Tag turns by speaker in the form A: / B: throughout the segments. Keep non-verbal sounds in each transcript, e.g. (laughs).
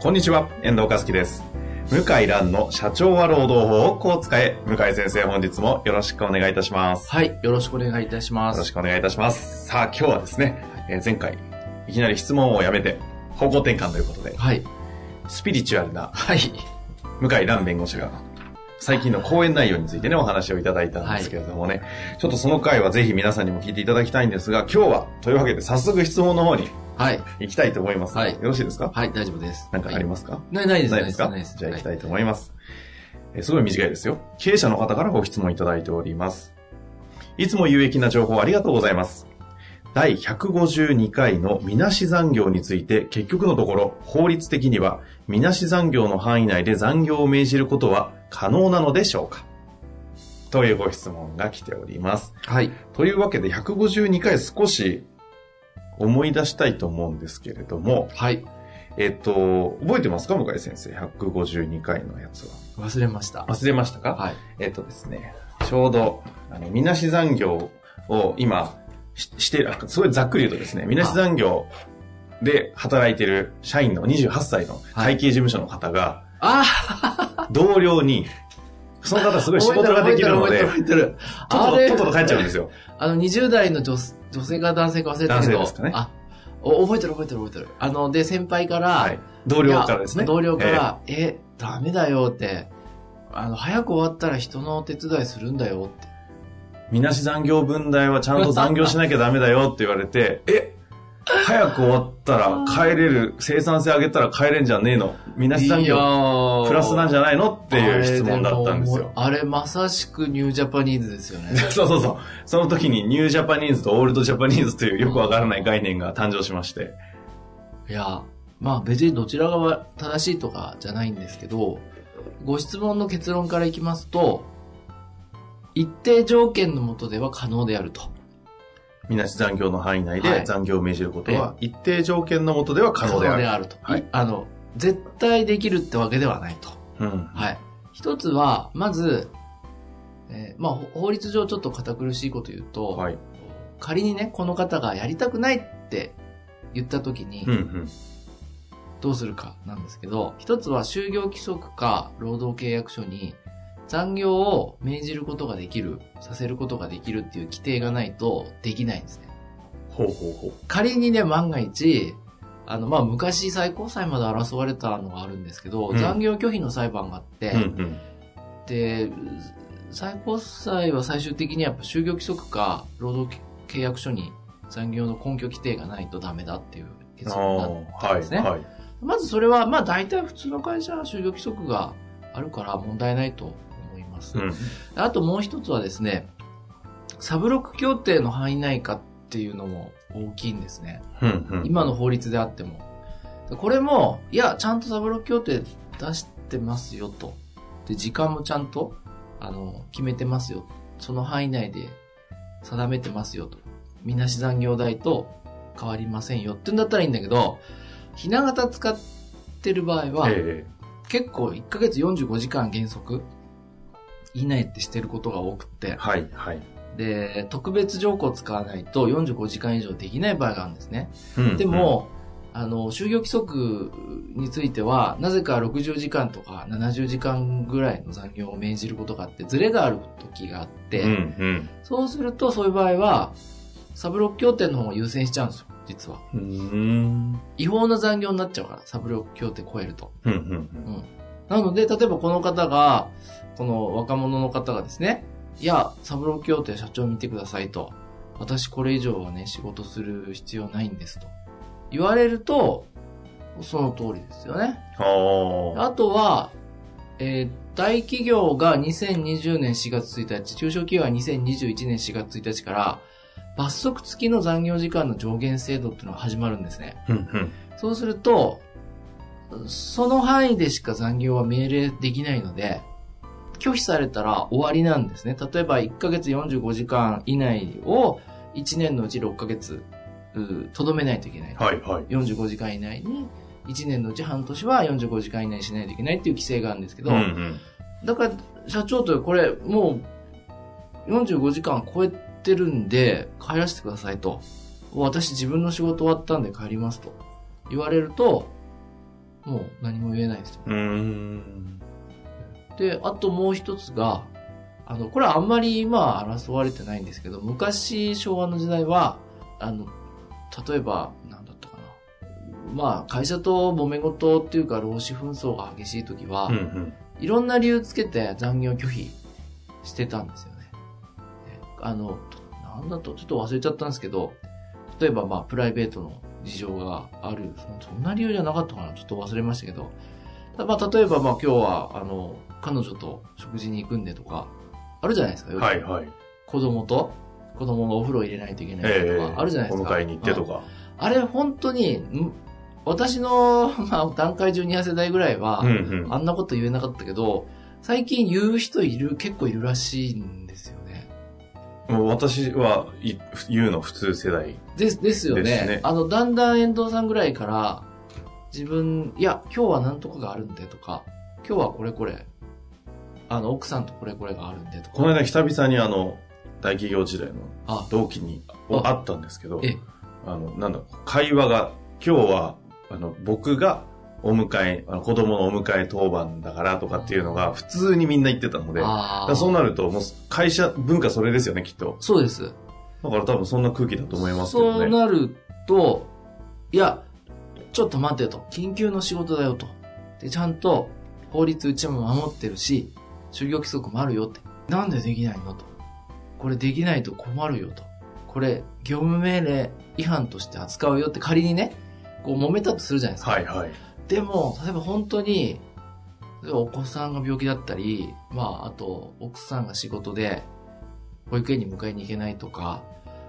A: こんにちは、遠藤和樹です。向井蘭の社長は労働法をこう使え、向井先生本日もよろしくお願いいたします。
B: はい、よろしくお願いいたしま
A: よろ
B: す。
A: しくお願いいたします。さあ、今日はですね、えー前回、いきなり質問をやめて、方向転換ということで、
B: はい、
A: スピリチュアルな
B: はい、
A: 向井蘭弁護士が、最近の講演内容についてね、お話をいただいたんですけれどもね、ちょっとその回はぜひ皆さんにも聞いていただきたいんですが、今日は、というわけで早速質問の方に
B: はい、
A: 行きたいと思います。
B: はい
A: よろしいですか
B: はい、大丈夫です。
A: なんかありますか、
B: はいない、ないです、
A: ないですかじゃあ行きたいと思います。えーすごい短いですよ。経営者の方からご質問いただいております。いつも有益な情報ありがとうございます。第152回のみなし残業について結局のところ法律的にはみなし残業の範囲内で残業を命じることは可能なのでしょうかというご質問が来ております。
B: はい、
A: というわけで152回少し思い出したいと思うんですけれども、
B: はい、
A: えっと、覚えてますか向井先生。152回のやつは。
B: 忘れました。
A: 忘れましたか、
B: はい、
A: えっとですね、ちょうど、あの、みなし残業を今、しして、あすごいざっくり言うとですね、みなし残業で働いてる社員の28歳の会計事務所の方が、
B: あ
A: 同僚に、その方すごい仕事ができるので、
B: 覚えてる、
A: とっと
B: 覚
A: と
B: えてる覚えてる
A: とっとと帰っちゃうんです
B: よ。
A: よ。
B: あの、20代の女女性か男性か忘れたけ
A: 男
B: ど、
A: 性ですかね
B: あお覚えてる覚えてる覚えてる。あの、で、先輩から、
A: はい。同僚からです
B: いや
A: ね。
B: 同僚から、えダメだよって、あの、早く終わったら人のお手伝いするんだよって。
A: みなし残業分代はちゃんと残業しなきゃダメだよって言われて、 (laughs) え早く終わったら帰れる、生産性上げたら帰れんじゃねえの。みなし残業
B: 業
A: プラスなんじ
B: ゃ
A: ゃないのっていう質問だったんですよ。
B: あれ、まさしくニュージャパニーズですよね。
A: (laughs) そうそうそう。その時にニュージャパニーズとオールドジャパニーズというよくわからない概念が誕生しまして。
B: いや、まあ別にどちらが正しいとかじゃないんですけど、ご質問の結論からいきますと、一定条件のもとでは可能であると。
A: みなし残業の範囲内
B: は
A: で
B: い
A: 残業を命じることは一定条件のもとでは可能である。
B: と。
A: はい
B: いあの、絶対できるってわけではないと。
A: うん。
B: はい。一つは、まず、えーまあほ法律上ちょっと堅苦しいこと言うと、
A: はい。
B: 仮にね、この方がやりたくないって言った時に、
A: うんうん。
B: どうするかなんですけど、一つは就業規則か労働契約書に残業を命じることができる、させることができるっていう規定がないとできないんですね。
A: ほうほうほ
B: 仮にね、万が一、あの、まあ、昔最高裁まで争われたのがあるんですけど、
A: うん
B: 残業拒否の裁判があって、
A: う。うんうん。
B: で、最高裁は最終的にやっぱ就業規則か労働契約書に残業の根拠規定がないとダメだっていう
A: あ
B: 結論だった
A: ーは
B: ん
A: い
B: ですね。
A: はい。
B: まずそれは、まあ大体普通の会社は就業規則があるから問題ないと思います。
A: うん。
B: あともう一つはですね、サブロック協定の範囲内かっていうのも大きいんですね。
A: うんうん。
B: 今の法律であっても。これも、いや、ちゃんとサブロック協定出してますよと。で、時間もちゃんと、あの、決めてますよ。その範囲内で定めてますよと。みなし残業代と変わりませんよってんだったらいいんだけど、ひな型使ってる場合は、
A: え
B: 結構1ヶ月45時間原則以内ってしてることが多くって
A: え、はいはい。
B: で、特別条項を使わないと45時間以上できない場合があるんですね。
A: うんうん
B: で、も、あの、就業規則については、なぜか60時間とか70時間ぐらいの残業を命じることがあって、ズレがある時があっ
A: う
B: て、
A: んうん。
B: そうすると、そういう場合は、サブロック協定の方が優先しちゃうんですよ、実は。
A: うーん。
B: 違法な残業になっちゃうから、サブロック協定超えると。
A: うんうん
B: なので、例えばこの方が、この若者の方がですね、いや、サブロー協定社長見てくださいと。私これ以上はね、仕事する必要ないんですと。言われると、その通りですよね。
A: うん。ああ。
B: あとは、えー大企業が2020年4月1日、中小企業は2021年4月1日から、罰則付きの残業時間の上限制度っていうのが始まるんですね。
A: うんうん。
B: そうすると、その範囲でしか残業は命令できないので、拒否されたら終わりなんですね。例えば1ヶ月45時間以内を1年のうち6ヶ月、うとどめないといけない。
A: はいはい。
B: 45時間以内に、1年のうち半年は45時間以内にしないといけないっていう規制があるんですけど、
A: うんうん。
B: だから社長とこれもう45時間超えてるんで帰らせてくださいと。私自分の仕事終わったんで帰りますと言われると、もう何も言えないですよ。
A: うーん。
B: で、あともう一つが、あの、これはあんまり今は争われてないんですけど、昔昭和の時代は、あの、例えば、なんだったかな。まあ、会社と揉め事っていうか、労使紛争が激しい時は、
A: うんうん。
B: いろんな理由つけて残業拒否してたんですよね。ねあの、なんだと、ちょっと忘れちゃったんですけど、例えばまあ、プライベートの事情がある、そそんな理由じゃなかったかな、ちょっと忘れましたけど、たまあ、例えばまあ、今日は、あの、彼女と食事に行くんでとか、あるじゃないですか、よく
A: はいはい。
B: 子供と、子供がお風呂入れないといけない
A: え
B: と
A: え
B: か、あるじゃないですか。
A: お迎えに行ってとか。
B: あれ、本当に、ん私の、 (laughs) まあ、段階ジュニア世代ぐらいは、
A: うんうん。
B: あんなこと言えなかったけど、最近言う人いる、結構いるらしいんですよね。
A: もう私はい言うの普通世代。
B: です、ですよね。
A: ですね
B: あの、だんだん遠藤さんぐらいから、自分、いや、今日は何とかがあるんでとか、今日はこれこれ、あの、奥さんとこれこれがあるんでとか。
A: この間久々にあの、大企業時代の
B: あ、
A: 同期に
B: あ
A: あったんですけど
B: え、
A: あの、なんだ、会話が、今日は、あの、僕がお迎え、あの子供のお迎え当番だからとかっていうのが普通にみんな言ってたので、だか
B: あ
A: ら
B: あ。
A: そうなると、もう会社、文化それですよね、きっと。
B: そうです。
A: だから多分そんな空気だと思いますけ
B: そ
A: ど
B: う
A: ね。
B: なると、いや、ちょっと待てと。緊急の仕事だよと。で、ちゃんと法律うちも守ってるし、就業規則もあるよって。なんでできないのと。これできないと困るよと。これ、業務命令違反として扱うよって仮にね、こう揉めたとするじゃないですか。
A: はいはい。
B: でも、例えば本当に、例えばお子さんが病気だったり、まあ、あと、奥さんが仕事で、保育園に迎えに行けないとか、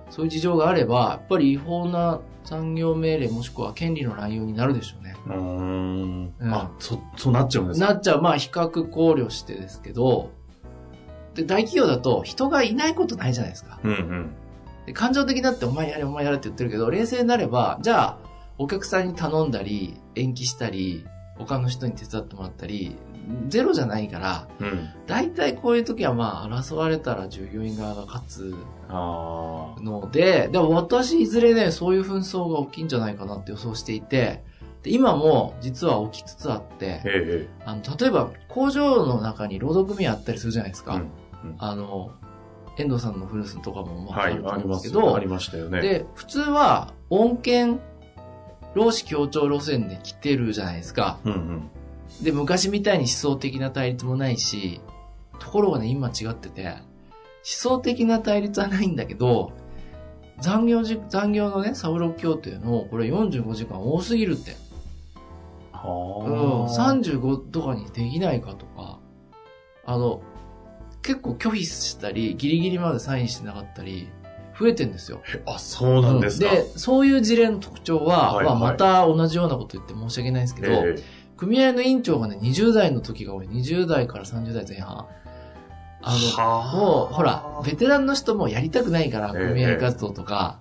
B: そういう事情があれば、やっぱり違法な残業命令もしくは権利の乱用になるでしょうね。
A: うーん。
B: うん
A: あ、そ、そうなっちゃうんですね
B: なっちゃう、まあ、比較考慮してですけど、で、大企業だと人がいないことないじゃないですか。
A: うんうん。
B: で感情的になってお前やれお前やれって言ってるけど、冷静になれば、じゃあ、お客さんに頼んだり、延期したり、他の人に手伝ってもらったり、ゼロじゃないから、
A: うん。
B: 大体こういう時はまあ、争われたら従業員側が勝つ
A: あ
B: ので、でも私いずれね、そういう紛争が大きいんじゃないかなって予想していて、で今も実は起きつつあって
A: あ。、え
B: あの、例えば工場の中に労働組合あったりするじゃないです
A: え。
B: か。
A: うん
B: あの、遠藤さんの古巣のとかもまあ
A: は
B: あ
A: い
B: る、
A: あ
B: と思
A: り
B: うんで
A: ます
B: け
A: す
B: ど、
A: ありましたよね。
B: で、普通は、恩恵、労使協調路線で来てるじゃないですか。
A: うんうん。
B: で、昔みたいに思想的な対立もないし、ところがね、今違ってて、思想的な対立はないんだけど、残業時、残業のね、サブロック協定の、これ45時間多すぎるって。うん、
A: はあ。
B: 35とかにできないかとか、あの、結構拒否したり、ギリギリまでサインしてなかったり、増えてんですよ。
A: あ、そうなんですか。
B: で、そういう事例の特徴は、
A: はい
B: ま
A: は
B: あ、
A: い
B: また同じようなこと言って申し訳ないんですけど、
A: え
B: 組合の委員長がね、20代の時が多い。20代から30代前半。あ
A: はあ
B: の、もう、ほら、ベテランの人もやりたくないから、
A: ええ
B: 組合活動とか、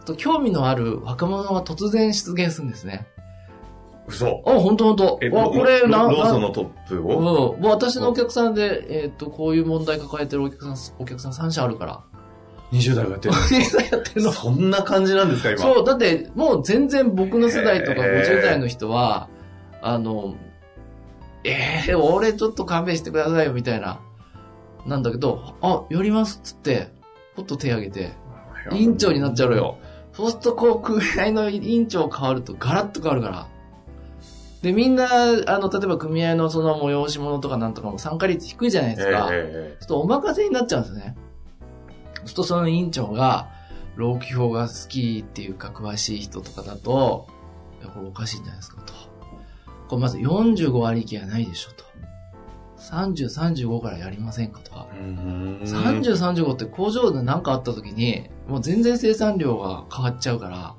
B: あと興味のある若者が突然出現するんですね。
A: え嘘。
B: あ、ほんとほんと。
A: え、
B: わ
A: ロ
B: これ、
A: ロ
B: な、
A: ローソン
B: な、
A: のトップ
B: うん、
A: を
B: もう私のお客さんで、えっ、と、こういう問題抱えてるお客さん、お客さん3社あるから。 (laughs)
A: 20代がやってるん
B: やってんの
A: です。そんな感じなんですか、今。
B: そう、だって、もう全然僕の世代とか
A: へー
B: 50代の人は、あの、えー、俺ちょっと勘弁してくださいよ、みたいな。なんだけど、あ、やりますっつって、ほっと手挙げて、
A: いや
B: 委員長になっちゃうのよ。そうすると、こう、組合の委員長変わると、ガラッと変わるから。で、みんな、あの、例えば組合のその催し物とかなんとかも参加率低いじゃないですか。
A: ええ
B: ちょっとお任せになっちゃうんですよね。そうするとその委員長が、老基法が好きっていうか詳しい人とかだと、いや、これおかしいんじゃないですかと。これまず45割引はないでしょと。30、35からやりませんかとか。
A: ええ。うーん
B: 30、35って工場で何かあった時に、もう全然生産量が変わっちゃうから、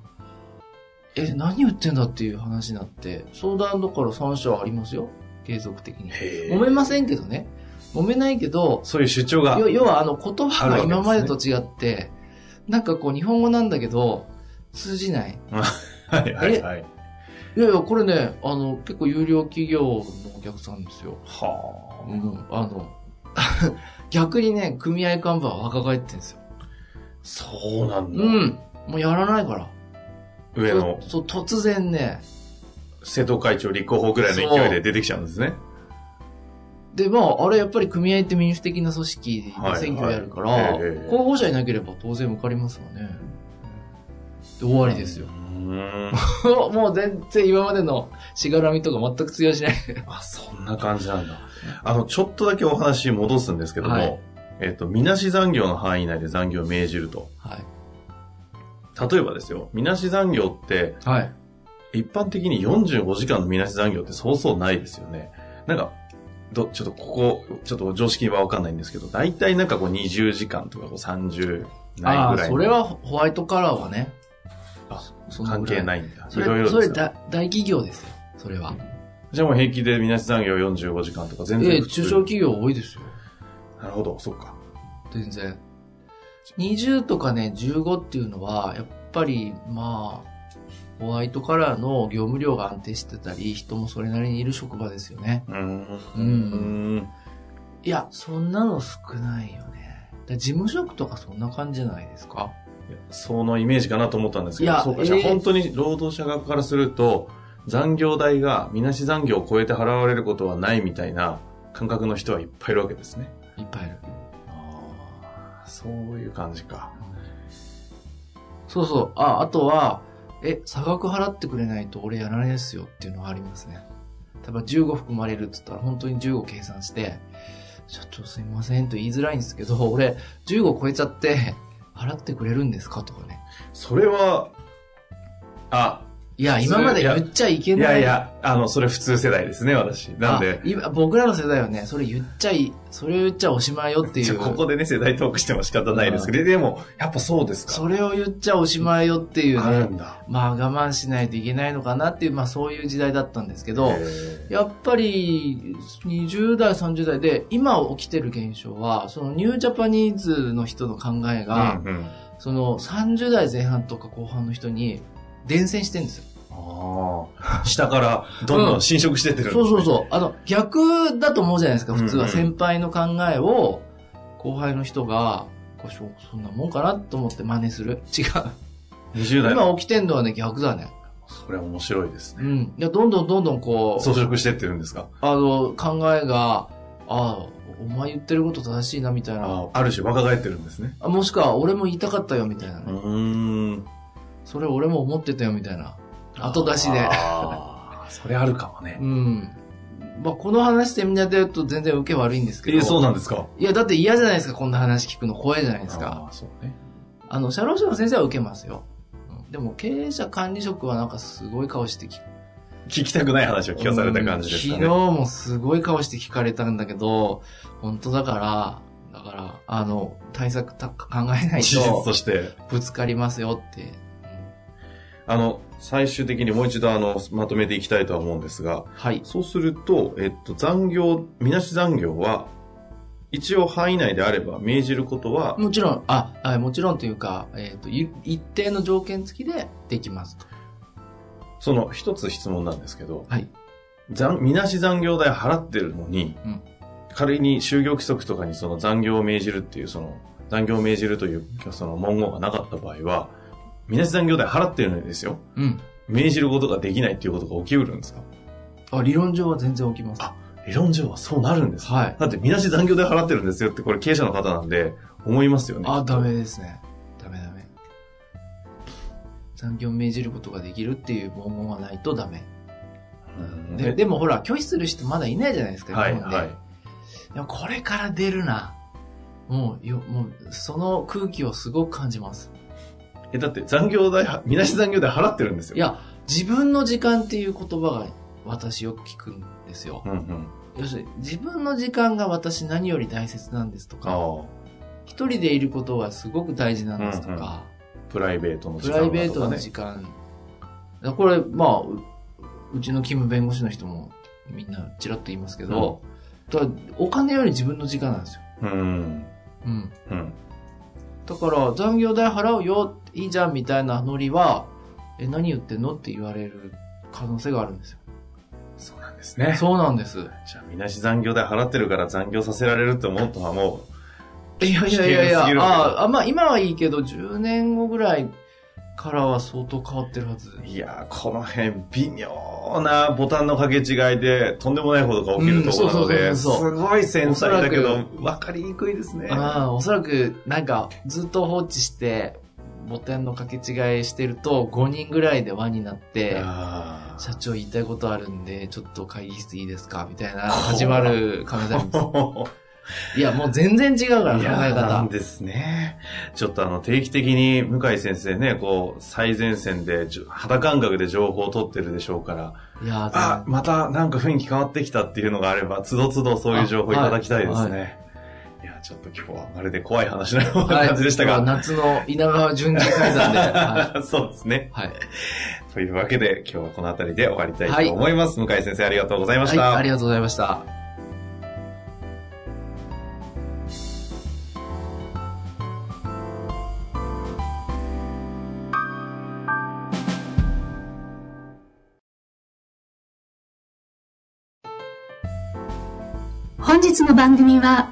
B: え、何売ってんだっていう話になって、相談だから3社ありますよ。継続的に。
A: へ
B: 揉めませんけどね。揉めないけど、
A: そういう主張が。
B: 要要はあの言葉
A: あ
B: が
A: るわけですね
B: 今までと違って、なんかこう日本語なんだけど、通じない。
A: はいはいはい。
B: いやいや、これね、あの、結構有料企業のお客さんですよ。
A: は
B: う
A: あ。
B: ん、あの、 (laughs) 逆にね、組合看板は若返ってんですよ。
A: そうなんだ。
B: うん。もうやらないから。
A: 上の
B: そう、突然ね。
A: 瀬戸会長立候補ぐらいの勢いで出てきちゃうんですね。
B: で、まあ、あれやっぱり組合って民主的な組織
A: はいは
B: の
A: い
B: 選挙をやるから、
A: ええええ
B: 候補者いなければ当然受かりますよね。で、終わりですよ
A: う。ーん。
B: もう全然今までのしがらみとか全く通用しない。
A: あ、そんな感じなんだ。あの、ちょっとだけお話戻すんですけども、
B: はい
A: えっと、みなし残業の範囲内で残業を命じると。
B: はい。
A: 例えばですよ、みなし残業って、
B: はい。
A: 一般的に45時間のみなし残業ってそうそうないですよね。なんか、どちょっとここ、ちょっと常識はわかんないんですけど、大体なんかこう20時間とかこう30な
B: あ
A: い
B: あ
A: ぐら
B: ー、
A: い
B: それはホワイトカラーはね。
A: あ
B: その
A: 関
B: ぐら
A: 係ないんだ。
B: そ
A: いろいろ
B: れ、
A: です
B: そ
A: よ
B: れだ大企業ですよ。それは。
A: じゃあもう平気でみなし残業45時間とか全
B: え
A: 然
B: え、
A: 普通。
B: 中小企業多いですよ。
A: なるほど、そっか。
B: 全然。20とかね、15っていうのは、やっぱり、まあ、ホワイトカラーの業務量が安定してたり、人もそれなりにいる職場ですよね。
A: うーん。
B: う
A: うー
B: ん。
A: ん。
B: いや、そんなの少ないよね。だから事務職とかそんな感じじゃないですか。
A: そのイメージかなと思ったんですけど
B: い、や
A: そうか、
B: えー
A: じゃあ本当に労働者側からすると、残業代がみなし残業を超えて払われることはないみたいな感覚の人はいっぱいいるわけですね。
B: いっぱいいる。
A: ああ、そういう感じか。
B: そうそう。あ、あとは、え、差額払ってくれないと俺やらないですよっていうのはありますね。例えば15含まれるって言ったら本当に15計算して、社長すいませんと言いづらいんですけど、俺15超えちゃって、払ってくれるんですかとかね。
A: それは、あ、
B: いや、今まで言っちゃいけ
A: い
B: ない。
A: やいや、あの、それ普通世代ですね、私。なんで
B: あ、今、僕らの世代はね、それ言っちゃい、それを言っちゃおしまいよってい
A: じゃあこ
B: う。
A: こでね、世代トークしても仕方ないですけど、でも、やっぱそうですか。
B: それを言っちゃおしまいよっていう
A: ある
B: ね。
A: んだ。
B: まあ我慢しないといけないのかなっていう、まあそういう時代だったんですけど、
A: へ
B: やっぱり20代30代で今起きてる現象はそのニュージャパニーズの人の考え
A: ー
B: が、
A: うんうん
B: その30代前半とか後半の人に伝染してるんですよ。
A: ああ、下からどんどん侵食してってるんですね、
B: そうそうそう。あの逆だと思うじゃないですか。普通
A: う
B: は
A: んうん
B: 先輩の考えを後輩の人がこうしょそんなもんかなと思って真似する。違う。
A: 20代
B: 今起きてんのはね逆だね。
A: それは面白いです
B: う
A: ね。
B: ん。いやどんどんどんどんこう
A: 装飾してってるんですか
B: あの考えがああお前言ってること正しいなみたいな。
A: あある種若返ってるんですね。
B: あもしくは、俺も言いたかったよ、みたいな、ね
A: ん。
B: それ俺も思ってたよ、みたいな。後出しで。
A: あ (laughs) ーそれあるかもね
B: う。ん。まあ、この話セミナーでやると全然受け悪いんです
A: え
B: けど。
A: そうなんですか
B: いや、だって嫌じゃないですか、こんな話聞くの怖いじゃないですか。
A: あーそうね。
B: あの、社労士の先生は受けますよ。うんでも、経営者管理職はなんかすごい顔して聞く。
A: 聞きたくない話を聞かされた感じですか
B: うん
A: ね。
B: 昨日もすごい顔して聞かれたんだけど、本当だから、だから、あの、対策た考えない
A: 事 (laughs) 実
B: と、
A: として。
B: ぶつかりますよって。
A: あの、最終的にもう一度あの、まとめていきたいとは思うんですが、
B: はい。
A: そうすると、えっと、残業、みなし残業は、一応範囲内であれば命じることは、
B: もちろん、あ、あもちろんというか、えっ、と、い一定の条件付きでできますと。
A: その一つ質問なんですけど、
B: はい。
A: 残みなし残業代払ってるのに、
B: うん
A: 仮に就業規則とかにその残業を命じるっていう、その残業を命じるというその文言がなかった場合は、みなし残業代払ってるのにですよ、
B: うん。
A: 命じることができないっていうことが起きうるんですか
B: あ、理論上は全然起きます。
A: あ理論上はそうなるんですか
B: はい。
A: だってみなし残業代払ってるんですよってこれ経営者の方なんで思いますよね。
B: あ、ダメですね。ダメダメ。残業を命じることができるっていう文言はないとダメ。
A: うん。
B: ででもほら、拒否する人まだいないじゃないですか、
A: はい、
B: 日本で
A: はい。
B: でもこれから出るな。もう、よ、もう、その空気をすごく感じます。
A: え、だって残業代は、みなし残業代払ってるんですよ。
B: いや、自分の時間っていう言葉が私よく聞くんですよ。
A: うんうん。
B: 要するに自分の時間が私何より大切なんですと
A: あ
B: か、
A: あ。
B: 一人でいることはすごく大事なんですとか、
A: うんうんプライベートの時
B: プ
A: 間だ
B: ラ
A: と
B: イ
A: かね
B: ベートの時間。だこれ、まあ、ううちの勤務弁護士の人もみんなちらっと言いますけど、だからお金より自分の時間なんですよ。
A: うん。
B: うん。
A: うん。
B: だから、残業代払うよ、いいじゃん、みたいなノリは、え、何言ってんのって言われる可能性があるんですよ。
A: そうなんですね。
B: そうなんです。い
A: じゃあ、みなし残業代払ってるから残業させられるって思ったのはも
B: やいやい
A: 危険す
B: や
A: ぎ
B: い
A: る
B: や、
A: わけだ
B: ああ、まあ今はいいけど、10年後ぐらいからは相当変わってるはず。
A: う、いやー、この辺微妙なボタンのかけ違いでとんでもないことが起きるところなの
B: う
A: で、
B: ん
A: す
B: そうそうそうそう
A: ごい繊細だけ
B: おそ
A: ど、わかりにくいですね。
B: ああ、おそらく、なんか、ずっと放置して、ボタンの掛け違いしてると、5人ぐらいで輪になって、
A: あー
B: 社長言いたいことあるんで、ちょっと会議室いいですかみたいな、始まる亀
A: (laughs)
B: 田さん。いや、もう全然違うから、
A: い
B: 考
A: や
B: え
A: ーな
B: 方
A: ん。ですね。ちょっとあの、定期的に向井先生ね、こう、最前線で、じゅ肌感覚で情報を取ってるでしょうから、
B: いやー、
A: あ、またなんか雰囲気変わってきたっていうのがあれば、つどつどそういう情報いただきたいですね。いや、ちょっと今日はまるで怖い話のような
B: はい
A: 感じでしたが。
B: まあ夏の稲川淳二会談で、は
A: (laughs) そうですね。
B: い。はい
A: というわけで、今日はこの辺りで終わりたいと思います。向井先生、ありがとうございました。
B: はい、ありがとうございました。
C: 本日の番組は